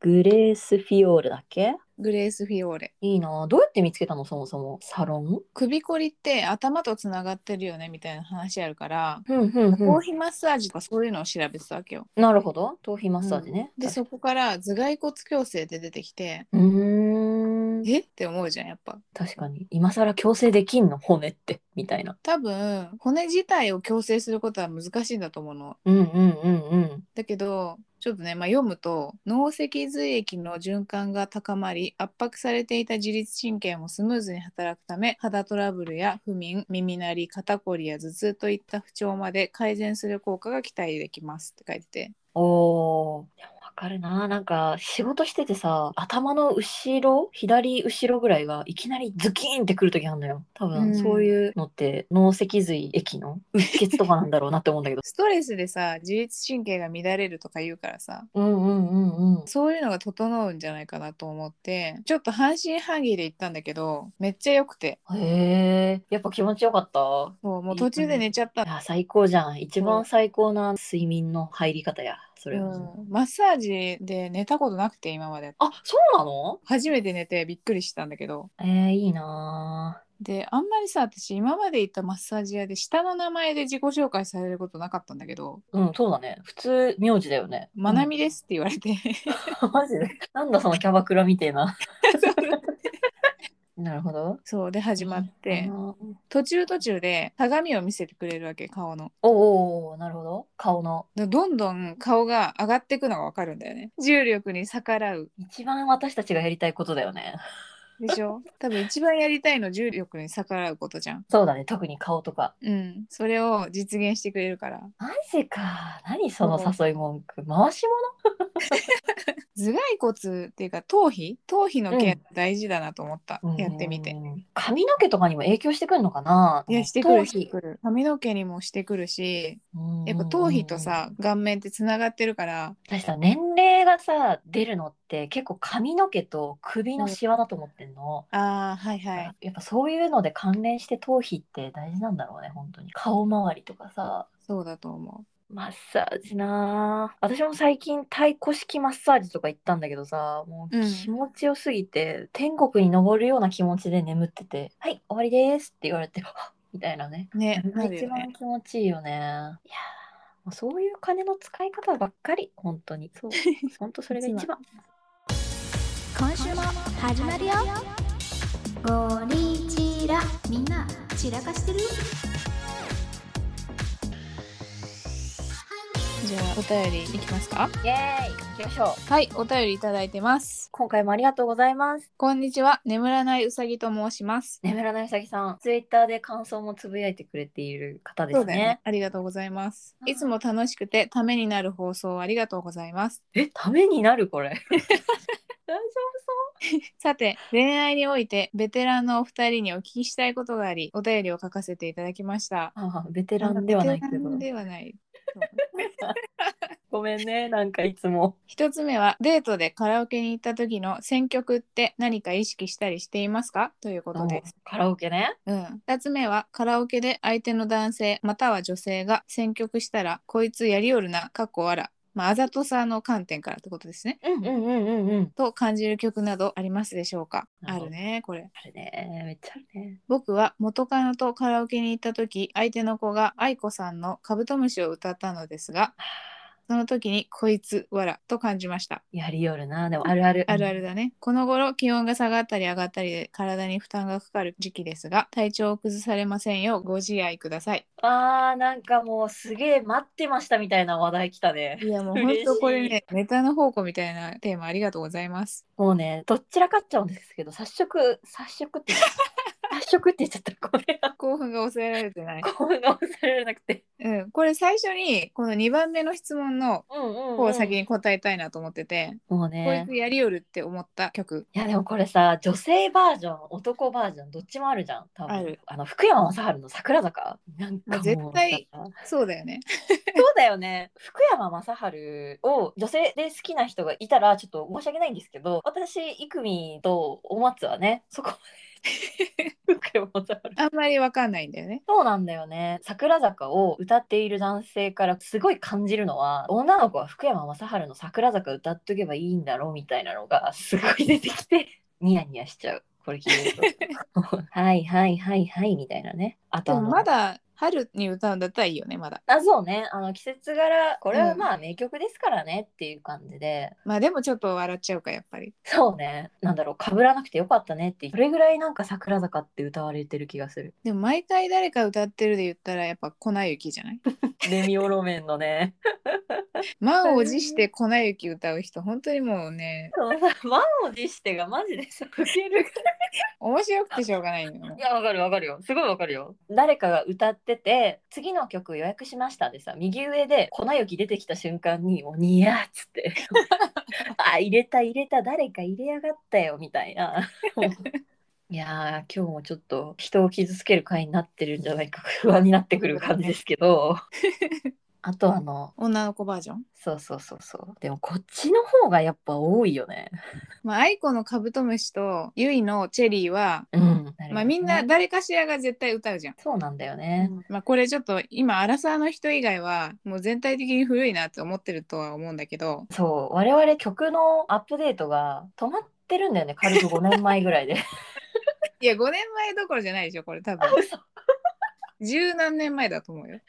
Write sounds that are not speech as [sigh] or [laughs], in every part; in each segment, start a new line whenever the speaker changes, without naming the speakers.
グレース・フィオールだっけ
グレース・フィオーレ
いいなどうやって見つけたのそもそもサロン
首こりって頭とつながってるよねみたいな話あるから
うんうん
頭皮マッサージとかそういうのを調べてたわけよ
なるほど頭皮マッサージね、
でそこから頭蓋骨矯正って出てきて
うーん
えって思うじゃんやっぱ
確かに今更矯正できんの骨ってみたいな
多分骨自体を矯正することは難しいんだと思うの
うんうんうんうん
だけどちょっとね、まあ、読むと脳脊髄液の循環が高まり圧迫されていた自律神経もスムーズに働くため肌トラブルや不眠耳鳴り肩こりや頭痛といった不調まで改善する効果が期待できますって書いてて
おーでもわかるななんか仕事しててさ頭の後ろ左後ろぐらいがいきなりズキーンってくる時あるのよ多
う
分
ん
そういうのって脳脊髄液の [laughs] うっ血とかなんだろうなって思うんだけど
ストレスでさ自律神経が乱れるとか言うからさ
うんうんうんうん
そういうのが整うんじゃないかなと思ってちょっと半信半疑で行ったんだけどめっちゃ良くて
へえやっぱ気持ちよかった
そうもう途中で寝ちゃった
いや最高じゃん一
そ
番
う
最高な睡眠の入り方やそれは、
うん、マッサージで寝たことなくて今まで
あそうなの
初めて寝てびっくりしたんだけど
えー、いいな
であんまりさ私今まで行ったマッサージ屋で下の名前で自己紹介されることなかったんだけど
ーうんそうだね普通名字だよね
「まなみ
で、
です」って言われて
うん [laughs] マジでなんだそのキャバクラみてえななるほど
[laughs] そうで始まっ
いい
て
な
途中途中で鏡を見せてくれるわけ顔の
おうおうおうなるほど顔の
でどんどん顔が上がっていくのがわかるんだよね重力に逆らう
一番私たちがやりたいことだよね
で
[laughs]
しょ多分一番やりたいの重力に逆らうことじゃん
そうだね特に顔とか
うんそれを実現してくれるから
マジか何その誘い文句回し
頭蓋骨っていうか頭皮頭皮の
う
毛大事だなと思った、
物
やってみて
うん髪の毛とかにも影響してくるのかない
やしてくるしてくる髪の毛にもしてくるしやっぱ頭皮とさ顔面ってつながってるから
私さ年齢がさ出るのって結構髪の毛と首のシワだと思ってんの、
あーはいはい
やっぱそういうので関連して頭皮って大事なんだろうね本当に顔周りとかさ
そうだと思
マッサージなあ私も最近太鼓式マッサージとか行ったんだけどさもう
うん
気持ちよすぎて、天国に昇るような気持ちで眠ってて「はい終わりです」って言われて「はっみたいなね
うね
あ
な
れ一
るよね
番気持ちいいよね。いやーもうそういう金の使い方ばっかり本当にそう [laughs] 本当それが一番
今週も始まるよゴリチラみんな散らかしてる
じゃあお便りいきますか
イエーイ行きましょう
はいお便りいただいてます
今回もありがとうございます
こんにちは眠らないうさぎと申します
眠らないうさぎさんツイッターで感想もつぶやいてくれている方で
そ
す
うだ
ね
よね。ありがとうございます。いつも楽しくてためになる放送をありがとうございます。
えためになる
[laughs]
これ大丈夫
さて、恋愛においてベテランのお二人にお聞きしたいことがあり、お便りを書かせていただきました。
そうああベテランではない
ベ
と
テ
いうこ
ラン
とで
ではない。
[laughs] ごめんねなんかいつも
一つ目はデートでカラオケに行った時の選曲って何か意識したりしていますかということです。
カラオケね
うん。二つ目はカラオケで相手の男性または女性が選曲したらこいつやりよるな、かっこあら。まあ、あざとさの観点からってことですね。
うんうんうんうんうん
と感じる曲などありますでしょうか
なる
あ
ほど
るねこれ
あれねめっちゃあるね
僕は元カノとカラオケに行った時相手の子が愛子さんの「カブトムシ」を歌ったのですがその時に「こいつわら」と感じました
やりよるなでもあるある
あるあるだね、この頃気温が下がったり上がったりで体に負担がかかる時期ですが体調を崩されませんようご自愛ください
あーなんかもうすげえ待ってましたみたいな話題来たね
いやもう
嬉
本
しい
当これねネタの宝庫みたいなテーマありがとうございます
もうねどっちらかっちゃうんですけど早速早速って [laughs] 早速って言っちゃったこれは
[laughs] 興奮が抑えられてない、
興奮が抑えられなくて
うん、これ最初にこの2番目の質問の
うんうん、
こう先に答えたいなと思ってて、
もう
こい
ね
つやりよるって思った曲
いやでもこれさ女性バージョン男バージョンどっちもあるじゃん多分
ある
あの福山雅治の「桜坂」なんかもうさ
絶対そうだよね
そうだよね福山雅治を女性で好きな人がいたらちょっと申し訳ないんですけど私生見とお松はねそこ
あんまりわかんないんだよね。
そうなんだよね。桜坂を歌っている男性からすごい感じるのは、女の子は福山雅治の桜坂歌っとけばいいんだろうみたいなのがすごい出てきて、ニヤニヤしちゃう。これ聞いてる [laughs] と。はいはいはいはいみたいなね。あ
で
とあ
も
の
まだ春に歌うんだったらいいよねまだ。
あそうねあの季節柄これ
う
は
ん
まあ名曲ですからねっていう感じで、
まあでもちょっと笑っちゃうかやっぱり。
そうねなんだろうかぶらなくてよかったねってそれぐらいなんか桜坂って歌われてる気がする
でも毎回誰か歌ってるで言ったらやっぱ粉雪じゃない
レミオロメンの [laughs] ね
満を持して粉雪歌う人本当にもうね
満を持してがマジでさウケる
面白くてしょうがないのよ
い。やわかるわかるよすごいわかるよ誰かが歌ってて次の曲予約しましたでさ右上で粉雪出てきた瞬間におにやっつって [laughs] あ入れた入れた誰か入れやがったよみたい [laughs] ないやー今日もちょっと人を傷つける回になってるんじゃないか不安になってくる感じですけ [laughs] どあとあの
女の子バージョン
そうそうそうそうでもこっちの方がやっぱ多いよね
まあ愛子のカブトムシとゆいのチェリーは、
うん、
まあ、みんな誰かしらが絶対歌うじゃん。
そうなんだよね、
まあ、これちょっと今アラサーの人以外はもう全体的に古いなって思ってるとは思うんだけど
そう我々曲のアップデートが止まってるん [laughs] だよね軽く5年前ぐらい [laughs] で
いや5年前どころじゃないでしょこれ
[laughs]
多分
嘘
十何年前だと思うよ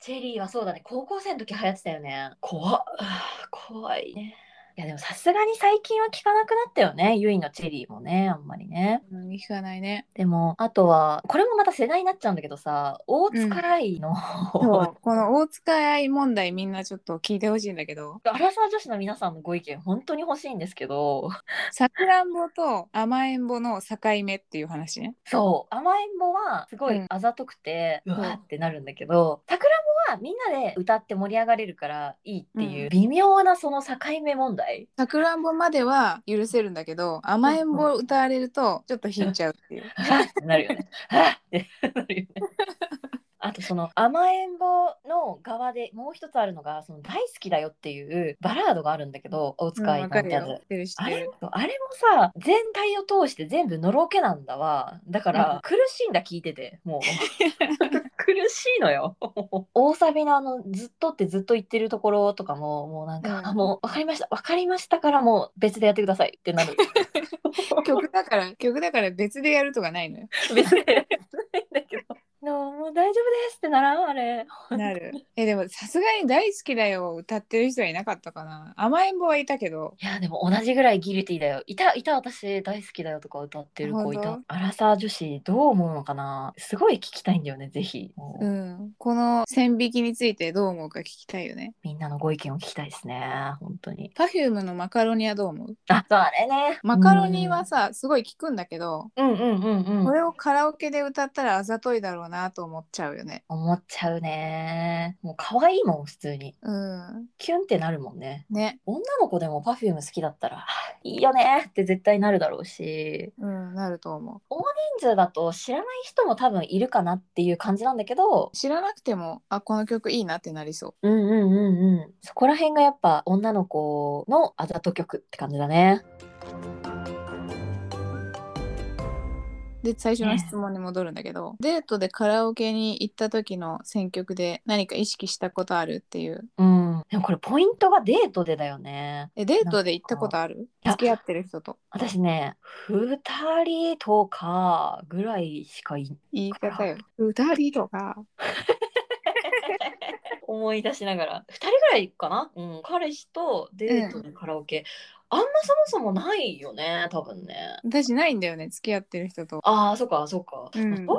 チェリーはそうだね高校生の時流行ってたよね怖っあー [sighs] 怖いねいやでもさすがに最近は聞かなくなったよねゆいのチェリーもねあんまりね
うん聞かないね
でもあとはこれもまた世代になっちゃうんだけどさ大塚愛の、
そうこの大塚愛問題みんなちょっと聞いてほしいんだけど
アラサー女子の皆さんのご意見本当に欲しいんですけど
さくらんぼと甘えんぼの境目っていう話ね
そう甘えん坊はすご
うん
いあざとくて、う
うん
わーってなるんだけど桜んぼはみんなで歌って盛り上がれるからいいっていうう微妙なその境目問題、 [laughs]
さくらんぼまでは許せるんだけど甘えんぼ歌われるとちょっと引いちゃうっていう
はっってなるよ
[laughs]
ねはっってなるよね。あとその甘えん坊の側でもう一つあるのがその大好きだよっていうバラードがあるんだけど大
うん
塚愛
わ
の
か
やつ
る、よ知ってる知っ
あ
て
れ
る
あれもさ全体を通して全部のろけなんだわだか
うん
ら苦しいんだ聞いててもう [laughs] 苦しいのよ [laughs] 大サビのあのずっとってずっと言ってるところとかももうなんか、
うん
あもう分かりました分かりましたからもう別でやってくださいってなる
曲だから曲だから別でやるとかないのよ
[laughs] 別でやってないんだけどでももう大丈夫ですってならんあれ
[laughs] なる。えでもさすがに大好きだよを歌ってる人はいなかったかな。甘えん坊はいたけど。
いやでも同じぐらいギルティだよいたいた私大好きだよとか歌ってる子い
なる
た
ほど
アラサー女子どう思うのかなすごい聞きたいんだよねぜひ、もう
うん、この線引きについてどう思うか聞きたいよね。
みんなのご意見を聞きたいですね。本当に。
Perfume のマカロニはどう思う
あ、そうあれね。
マカロニはさすごい聞くんだけど、
うん、うんうんうん
こ
うん。
れをカラオケで歌ったらあざといだろうなと思っちゃうよね。
思っちゃうね。もう可愛いもん、普通に。
うん、
キュンってなるもんね。
ね、
女の子でも Perfume 好きだったら、あいいよねって絶対なるだろうし、
うん、なると思
人数だと知らない人も多分いるかなっていう感じなんだけど
う。、知らなくてもあこの曲いいなってなりそう。
うんうんうんうん。そこら辺がやっぱ女の子のあざと曲って感じだね。
で最初の質問に戻るんだけど、デートでカラオケに行った時の選曲で何か意識したことあるっていう
うん。でもこれポイントがデートでだよね。
えデートで行ったことある
なんか
付き合ってる人と
私ね2人とかぐらいしかい
言い方よ歌りとか
[laughs] 思い出しながら2人ぐらいかな、うん、彼氏とデートでカラオケ、あんまそもそもないよね多分ね
私ないんだよね付き合ってる人と
ああそっかそっか、
う
そ
ん
ういう人の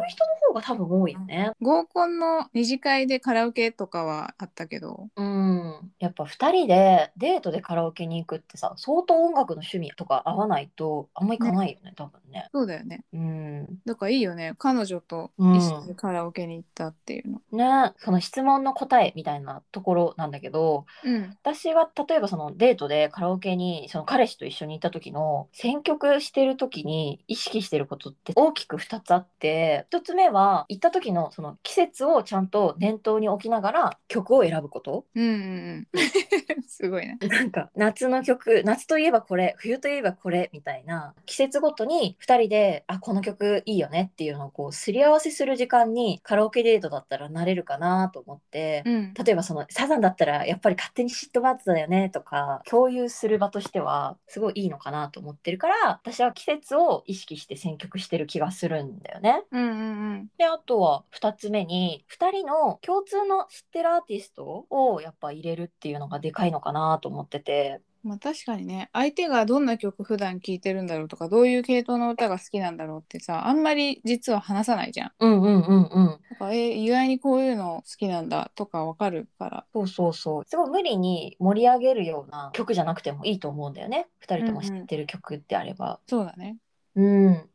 方が多分多いよね
合コンの二次会でカラオケとかはあったけど
うんやっぱ2人でデートでカラオケに行くってさ相当音楽の趣味とか合わないとあんま行かないよね多分ね
そうだよね
うん
だからいいよね彼女と一緒
う
にカラオケに行ったっていうの
ねその質問の答えみたいなところなんだけど
うん
私は例えばそのデートでカラオケにそその彼氏と一緒にいた時の選曲してる時に意識してることって大きく2つあって1つ目は行った時のその季節をちゃんと念頭に置きながら曲を選ぶこと
うんうんうん [laughs] すごいな
なんか夏の曲夏といえばこれ冬といえばこれみたいな季節ごとに2人であこの曲いいよねっていうのをこうすり合わせする時間にカラオケデートだったらなれるかなと思って、
うん
例えばそのサザンだったらやっぱり勝手にシットバーツだよねとか共有する場としてはすごいいいのかなと思ってるから私は季節を意識して選曲してる気がするんだよね。
うんうん
であとは2つ目に2人の共通の知ってるアーティストをやっぱ入れるっていうのがでかいのかなと思ってて
まあ確かにね相手がどんな曲普段聴いてるんだろうとかどういう系統の歌が好きなんだろうってさあんまり実は話さないじゃん。
うんうんうんうん
だからえ意外にこういうの好きなんだとかわかるから。
そうそうそうすごい無理に盛り上げるような曲じゃなくてもいいと思うんだよね2人とも知ってる曲であれば。
そうだね。
うん。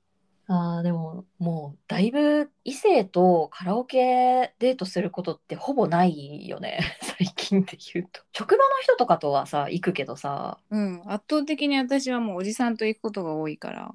あーでももうだいぶ異性とカラオケデートすることってほぼないよね [laughs] 最近で言うと職場の人とかとはさ行くけどさ
うん圧倒的に私はもうおじさんと行くことが多いから。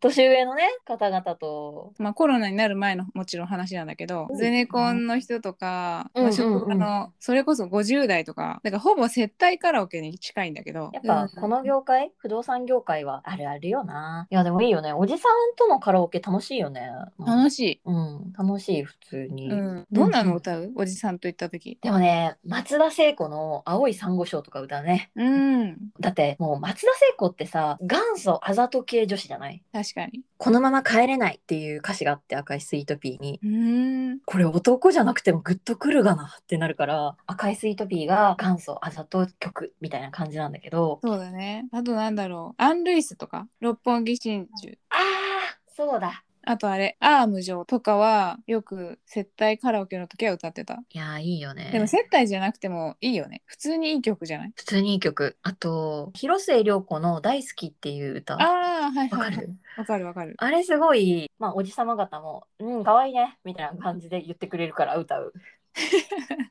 年上のね方々と
まあコロナになる前のもちろん話なんだけど、
うん
ゼネコンの人とか、
うん
ま
う
あ
ん
職場
うん
のそれこそ50代とかだからほぼ接待カラオケに近いんだけど
やっぱこの業界、不動産業界はあるあるよないやでもいいよねおじさんとのカラオケ楽しいよね
楽しい、
うん楽しい普通に、
うん、どんなの
うん
歌うおじさんと行った時
でもね松田聖子の「青い珊瑚礁」とか歌うね
うん
だってもう松田聖子ってさ元祖あざと系女子じゃない
確かに
このまま帰れないっていう歌詞があって赤いスイートピーに。
うん
これ男じゃなくてもグッとくるがなってなるから赤いスイートピーが元祖あざと曲みたいな感じなんだけど
そうだねあとなんだろうアン・ルイスとか六本木真珠
あーそうだ
あとあれ「アーム城」とかはよく接待カラオケの時は歌ってた
いやーいいよね
でも接待じゃなくてもいいよね普通にいい曲じゃない
普通にいい曲あと広末涼子の「大好き」っていう歌わ
ああーはい
か
はいはい
る
わかるわかる
あれすごい、まあ、おじさま方も「うん可愛いね」みたいな感じで言ってくれるから歌う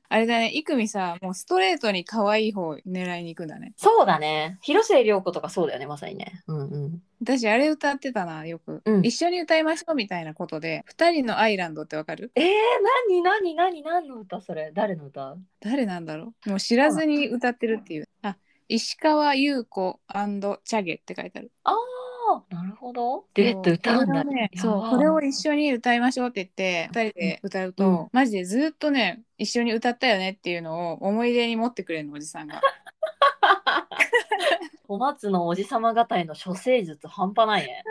あれだねいくみさもうストレートに可愛い方狙いに行くんだね
そうだね広末涼子とかそうだよねまさにねうんうん
私あれ歌ってたなよく、
うん
一緒に歌いましょうみたいなことで二人のアイランドってわかる
えー、何何何何の歌それ誰の歌
誰なんだろうもう知らずに歌ってるっていうあ石川優子チャゲって書いてある
ああ、なるほど。デュエット歌うんだ
これをね
やば
そうこ
[laughs]
れを一緒に歌いましょうって言って二人で歌うと、
うん
マジでずっとね一緒に歌ったよねっていうのを思い出に持ってくれるのおじさ
[laughs]
んが
お松のおじさま方への処世術半端ないね。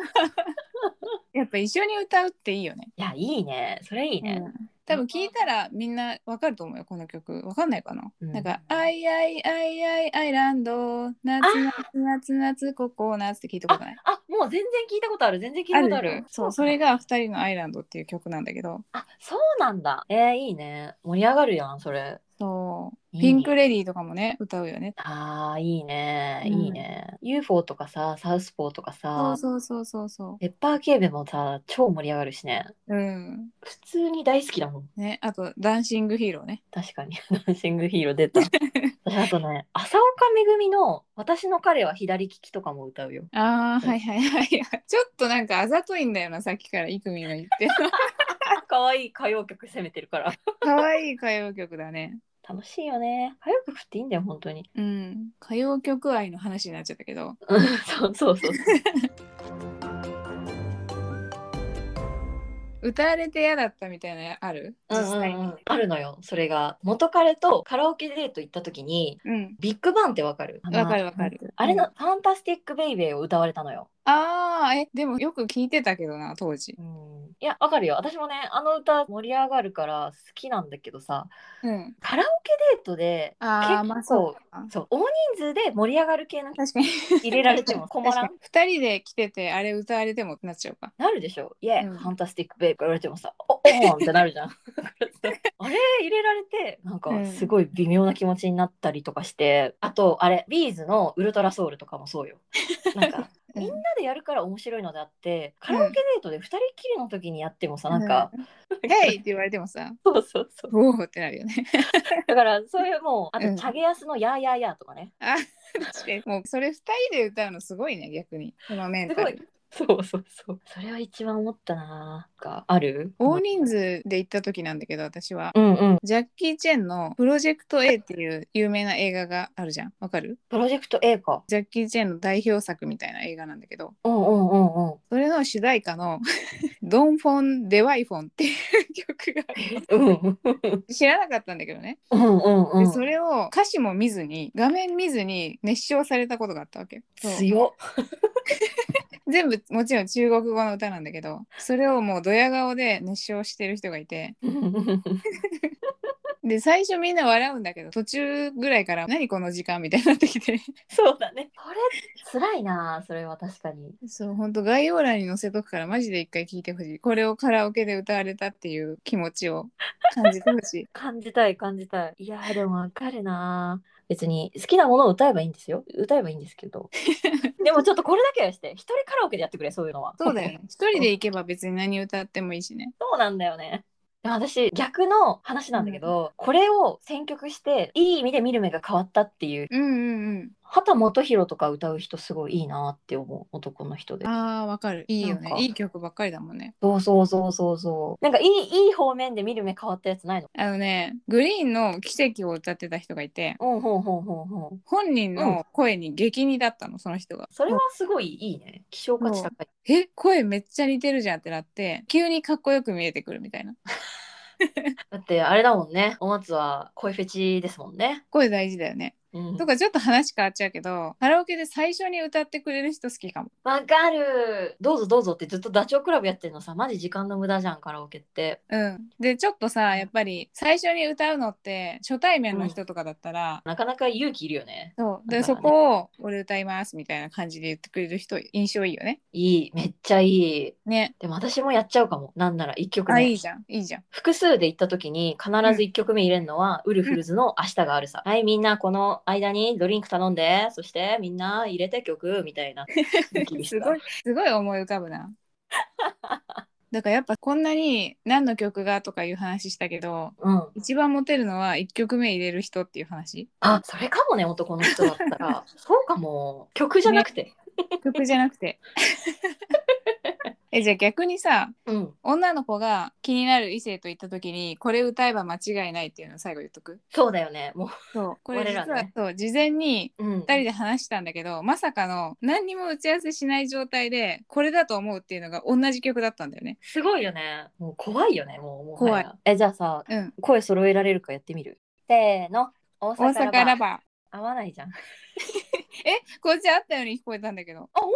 やっぱ一緒に歌うっていいよね
いや、いいね。それいいね。
多分聞いたらみんなわかると思うよこの曲わかんないかな、
うん
なんか「アイアイアイアイアイランド夏夏夏夏ココナッツ」って聞いたことない
あ、もう全然聞いたことある。全然聞いたことある。
そうそれが「二人のアイランド」っていう曲なんだけど
あ、そうなんだ。えー、いいね。盛り上がるやん、それ。
そう
いいね
ピンク・レディーとかもね歌うよね
ああ、いいね。
うん
いいね。UFO とかさ、サウスポーとか
そ
さ、
うそうそうそうそ
ペッパー警部もさ、超盛り上がるしね。
ううん
普通に大好きだもん。
ねあと「ダンシング・ヒーローね」
確かに。 [laughs] ダンシングヒーロー出 [laughs] た。私、あとね、浅岡めぐみの私の彼は左利きとかも歌うよ。
あー
うん
はいはいはいはいちょっとなんかあざといんだよなさっきからイクミンが言って
[laughs]
る
可愛い歌謡曲攻めてるから。
可愛い歌謡曲だね
楽しいよね。歌謡曲っていいんだよ、本当 [laughs] に。
うん歌謡曲愛の話になっちゃったけど
うんそうそう [laughs] そう。
歌われて嫌だったみたいなのある実際に
あるのよ、それが。元彼とカラオケデート行った時に、
うん
ビッグバンってわかる
わかるわか。る
あのあれの、ファンタスティック・ベイベーを歌われたのよ。
あーえでもよく聞いてたけどな当時
うん、いや、わかるよ。私もね、あの歌盛り上がるから好きなんだけどさ、
うん
カラオケデートで、
あーまあ
結構
そうか
そう、大人数で盛り上がる系の
確かに
入れられても困らん
[laughs] 確かに二人で来ててあれ歌われてもなっちゃう
[laughs]
か
なるでしょ「イエ
う
ー
ん
ファンタスティック・ベイブ」言われてもさ「おおーん!」ってなる
[laughs]
じゃん。あれ入れられてなん
う
か
ん
すごい微妙な気持ちになったりとかして、あとあれビーズの「ウルトラソウル」とかもそうよ。なんか
[laughs] うん
みんなでやるから面白いのであって、カラオケデートで2人っきりの時にやってもさ、なんか、
「ヘイ!」って言われてもさ
[laughs] そうそうそ
「
う
おお!」ってなるよね。
だからそういうもうあ
う
と
ん
チャゲアスの「やーやーやー」とかね
あ [laughs] 確かにもうそれ2人で歌うのすごいね逆にこのメン
す
タ
ご
ル
い。そうそうそうそれは一番思ったなーがある
大人数で行った時なんだけど私は
うんうん
ジャッキー・チェンの「プロジェクト A」っていう有名な映画があるじゃんわかる
プロジェクト A か
ジャッキー・チェンの代表作みたいな映画なんだけど
うんうんうんうん
それの主題歌の [laughs] 「ドン・フォン・デワイフォン」っていう曲が
うん
知らなかったんだけどね、
うんうんう
で
ん
それを歌詞も見ずに画面見ずに熱唱されたことがあったわけそう
強っ
全部もちろん中国語の歌なんだけどそれをもうドヤ顔で熱唱してる人がいてで最初みんな笑うんだけど途中ぐらいから「何この時間」みたいになってきて
そうだねこれ辛いなーそれは確かに
そうほんと概要欄に載せとくからマジで一回聞いてほしいこれをカラオケで歌われたっていう気持ちを感じてほしい
感じたい感じたいいやーでもわかるなー別に好きなものを歌えばいいんですよ歌えばいいんですけ [laughs] どでもちょっとこれだけはして一人カラオケでやってくれそういうのは
[laughs] そうだよ [laughs] ね一人で行けば別に何歌ってもいいしね
そうなんだよね。でも私逆の話なんだけど、これを選曲していい意味で見る目が変わったっていう
うんうん
畑基博とか歌う人すごいいいなって思う男の人
う
で
んあーわかるいいよ
なん
ね
か
いい曲ばっかりだもんね
そうそうそうそうそうなんかいいいい方面で見る目変わったやつないの
あのねグリーンの「奇跡」を歌ってた人がいて
うんほんほんほんほん
本人の声に激似だったのその人が
それはすごいいいね希少価値高い
え声めっちゃ似てるじゃんってなって急にかっこよく見えてくるみたいな
だってあれだもんねお松は声フェチですもんね
声大事だよね
うん
とかちょっと話変わっちゃうけどカラオケで最初に歌ってくれる人好きかも
わかるどうぞどうぞってずっとダチョウ倶楽部やってるのさマジ時間の無駄じゃんカラオケって
うんでちょっとさやっぱり最初に歌うのって初対面の人とかだったら、
なかなか勇気いるよね
そう
だ
で
か
そ
らね
こを「俺歌います」みたいな感じで言ってくれる人印象いいよね
いいめっちゃいい
ね
でも私もやっちゃうかも。なんなら1曲
あい
目
い。じゃんいいじゃん
複数で行った時に必ず1曲目入れるのは、ウルフルズの「明日があるさ」はい、みんなこの間にドリンク頼んで、そしてみんな入れて曲みたいな。
すごい。 [laughs] すごい思い浮かぶ [laughs] なだからやっぱこんなに何の曲がとかいう話したけど
うん。
一番モテるのは1曲目入れる人っていう話
あ、それかもね、男の人だった
[laughs]
ら。そうかも。曲じゃなくて。
曲じゃなくて [laughs] えじゃあ逆にさ
うん。
女の子が気になる異性と言った時にこれ歌えば間違いないっていうのを最後言っとく
そうだよね。も
そうこれ
我
実は、
らね
そう事前に
う。うん。
2人で話したんだけどまさかの何にも打ち合わせしない状態でこれだと思うっていうのが同じ曲だったんだよね
すごいよね。もう怖いよね。もうもはや。え、じゃあさ、
うん
声揃えられるかやってみる。せーの。大
大
阪ラバ
阪
ー
ラバー
合わないじゃん。
えこっちあったように聞こえたんだけど
あ本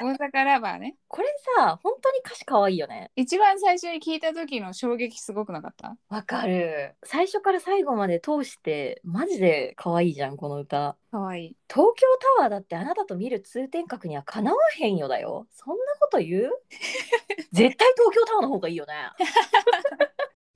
当に大阪ラバーね
これさ、本当に歌詞可愛いよね。
一番最初に聞いた時の衝撃すごくなかった
わかる。最初から最後まで通して、マジで可愛いじゃん、この歌。
かわいい
東京タワーだってあなたと見る通天閣にはかなわへんよだよ。そんなこと言 [laughs] う絶対東京タワーの方がいいよね。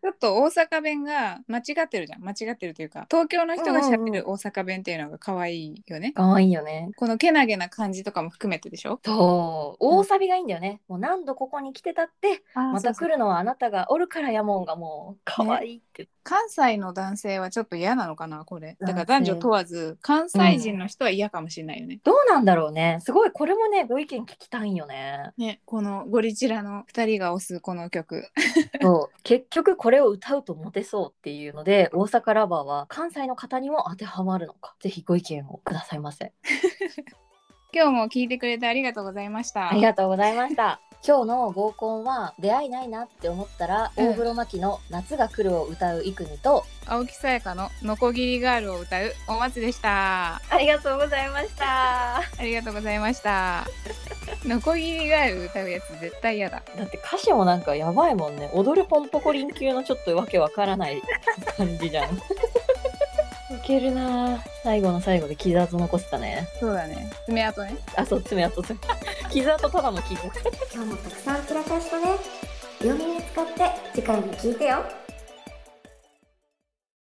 ちょっと大阪弁が間違ってるじゃん間違ってるというか東京の人がしゃべる大阪弁っていうのが可愛いよね、
可愛いよね。
このけなげな感じとかも含めてでしょ
そう。大サビがいいんだよね。もう何度ここに来てたって、また来るのはあなたがおるからやもんがもう可愛いって。
関西の男性はちょっと嫌なのかなこれだから男
男性
女問わず関西人の人は嫌かもしれないよね、
どうなんだろうね。すごい、これもね、ご意見聞きたいんよね。
ねこのゴリチラの2人が推すこの曲
そう結局これを歌うとモテそうっていうので大阪ラバーは関西の方にも当てはまるのかぜひご意見をくださいませ
今日も聞いてくれてありがとうございました
ありがとうございました今日の合コンは出会いないなって思ったら、
うん
大黒摩季の「夏が来る」を歌うイクニと
青木さやかの「ノコギリガール」を歌うお松でした
ありがとうございました
ありがとうございましたノコギリガール歌うやつ絶対嫌だ
だって歌詞もなんかやばいもんね踊るポンポコリン級のちょっとわけわから [laughs] ない感じじゃんウケるなぁ最後の最後で傷跡残せたね
そうだね爪痕ね
あそう爪痕爪痕傷跡ただの傷
今日もたくさん散らかしたね両耳使って次回も聞いてよ